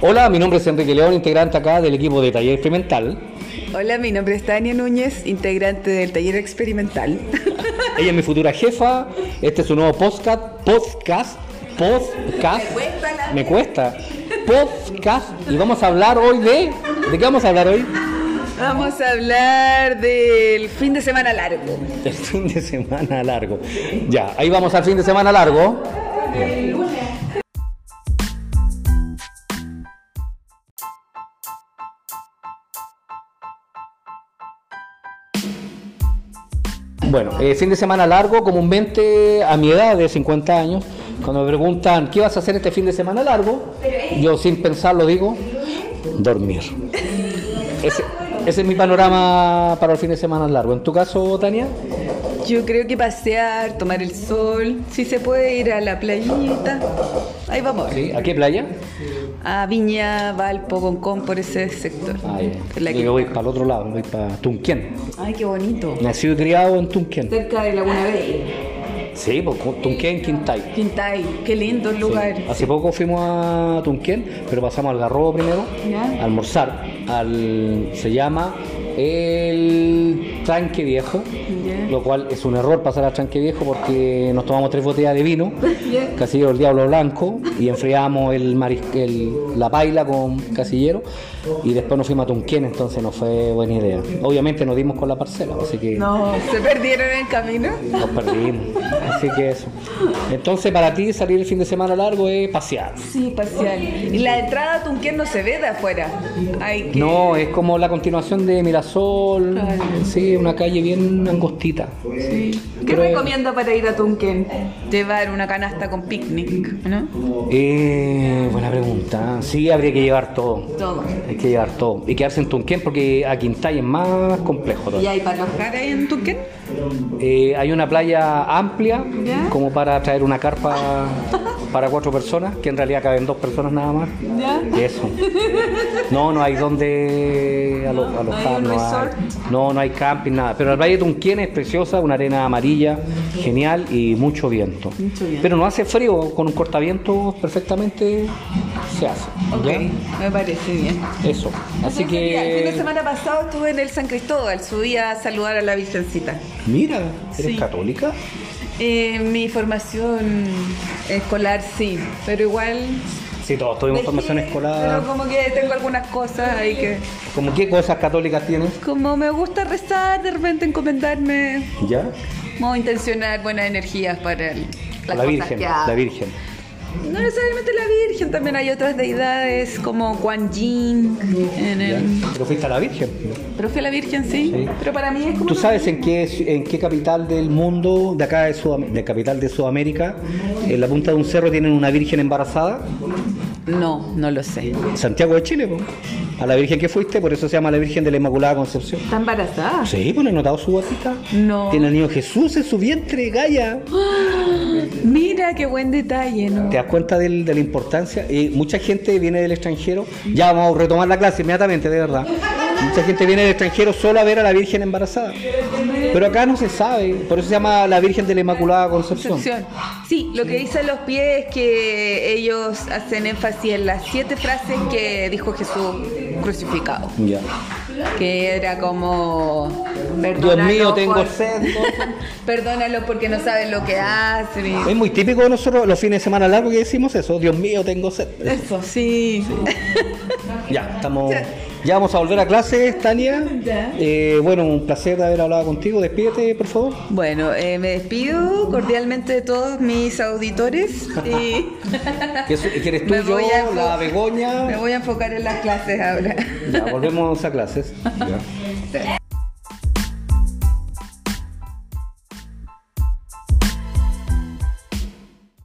Hola, mi nombre es Enrique León, integrante acá del equipo de Taller Experimental. Hola, mi nombre es Tania Núñez, integrante del Taller Experimental. Ella es mi futura jefa. Este es un nuevo podcast. Podcast. Podcast. Me cuesta la- Me cuesta. Podcast. Y vamos a hablar hoy de. ¿De qué vamos a hablar hoy? Vamos a hablar del fin de semana largo. Del fin de semana largo. Ya, ahí vamos al fin de semana largo. Bueno, eh, fin de semana largo, comúnmente a mi edad de 50 años, cuando me preguntan, ¿qué vas a hacer este fin de semana largo? Yo sin pensarlo digo, dormir. Ese, ese es mi panorama para el fin de semana largo. ¿En tu caso, Tania? Yo creo que pasear, tomar el sol, si se puede ir a la playita. Ahí vamos. ¿Sí? ¿A qué playa? A Viña, Valpo, Concón, por ese sector. Ah, ya. Por la Yo que- voy para el otro lado, voy para Tunquén. Ay, qué bonito. Nacido y criado en Tunquén. Cerca de Laguna Verde. Sí, pues con Tunquén, Quintay. Quintay, qué lindo Sí. lugar. Hace poco fuimos a Tunquén, pero pasamos al Garrobo primero, Ya. a almorzar. Al, se llama el Tranque Viejo, Ya. lo cual es un error pasar al Tranque Viejo porque nos tomamos tres botellas de vino, Ya. Casillero el Diablo Blanco, y enfriamos el maris- el- la paila con Casillero, y después nos fuimos a Tunquén, entonces no fue buena idea. Obviamente nos dimos con la parcela, así que No, se perdieron en el camino. nos perdimos. Así que eso. Entonces, para ti salir el fin de semana largo es pasear. Sí, parcial. Y la entrada a Tunquén no se ve de afuera. Hay que... No, es como la continuación de Mirasol. Claro. Sí, una calle bien angostita. ¿Qué Pero- recomienda para ir a Tunquén? Llevar una canasta con picnic, ¿no? Eh, buena pregunta. Sí, habría que llevar todo. Todo. Hay que llevar todo. Y quedarse en Tunquén porque a Quintay es más complejo ¿Y todavía. hay para alojar ahí en Tunquén? Eh, hay una playa amplia ¿Ya? como para traer una carpa para cuatro personas, que en realidad caben dos personas nada más. ¿Ya? Y eso. No, no hay donde alo- No, no hay alojar, un no hay, resort. no, no hay camping, nada. Pero la playa de Tunquén es preciosa, una arena amarilla, genial y mucho viento. Mucho viento. Pero no hace frío, con un cortaviento perfectamente se hace. ¿ya? Ok, me parece bien. Eso. Así Fue genial. El fin de que. semana pasado estuve en el San Cristóbal, subí a saludar a la Virgencita. Mira, ¿eres Sí. católica? Eh, mi formación escolar sí, pero igual... Sí, todos tuvimos formación dejé, escolar. Pero como que tengo algunas cosas ahí que... ¿Cómo qué cosas católicas tienes? Como me gusta rezar, de repente encomendarme ¿Ya? Vamos a intencionar buenas energías para el- las la cosas Virgen, que hago. la Virgen. No necesariamente la Virgen, también hay otras deidades como Guan Yin. En ¿ya? el... Pero fuiste a la Virgen. Pero fue la Virgen, sí. Sí. Pero para mí es como. ¿Tú una- sabes en qué, en qué capital del mundo, de acá de, Sudam- de capital de Sudamérica, en la punta de un cerro tienen una virgen embarazada? No, no lo sé. Santiago de Chile, po. a la virgen que fuiste, por eso se llama la Virgen de la Inmaculada Concepción. ¿Está embarazada? Sí, pues le he notado su guatita. No. Tiene el niño Jesús en su vientre, Gaya. Mira qué buen detalle, ¿no? ¿Te das cuenta del- de la importancia? Eh, mucha gente viene del extranjero. Ya vamos a retomar la clase inmediatamente, de verdad. Mucha gente viene del extranjero solo a ver a la Virgen embarazada. Pero acá no se sabe. Por eso se llama la Virgen de la Inmaculada Concepción. Concepción. Sí, lo que dicen los pies es que ellos hacen énfasis en las siete frases que dijo Jesús crucificado. Ya. Que era como. Dios mío, "Perdónalo tengo por- sed. Perdónalo porque no saben lo que hacen. y- Es muy típico de nosotros los fines de semana largos que decimos eso. Dios mío, tengo sed. Eso, sí. Ya, estamos. Ya vamos a volver a clases, Tania. Ya. Eh, bueno, un placer haber hablado contigo. Despídete, por favor. Bueno, eh, me despido cordialmente de todos mis auditores y Que eso- que eres tú, Me voy a- yo, la Begoña. me voy a enfocar en las clases ahora. Ya, volvemos a clases. Sí.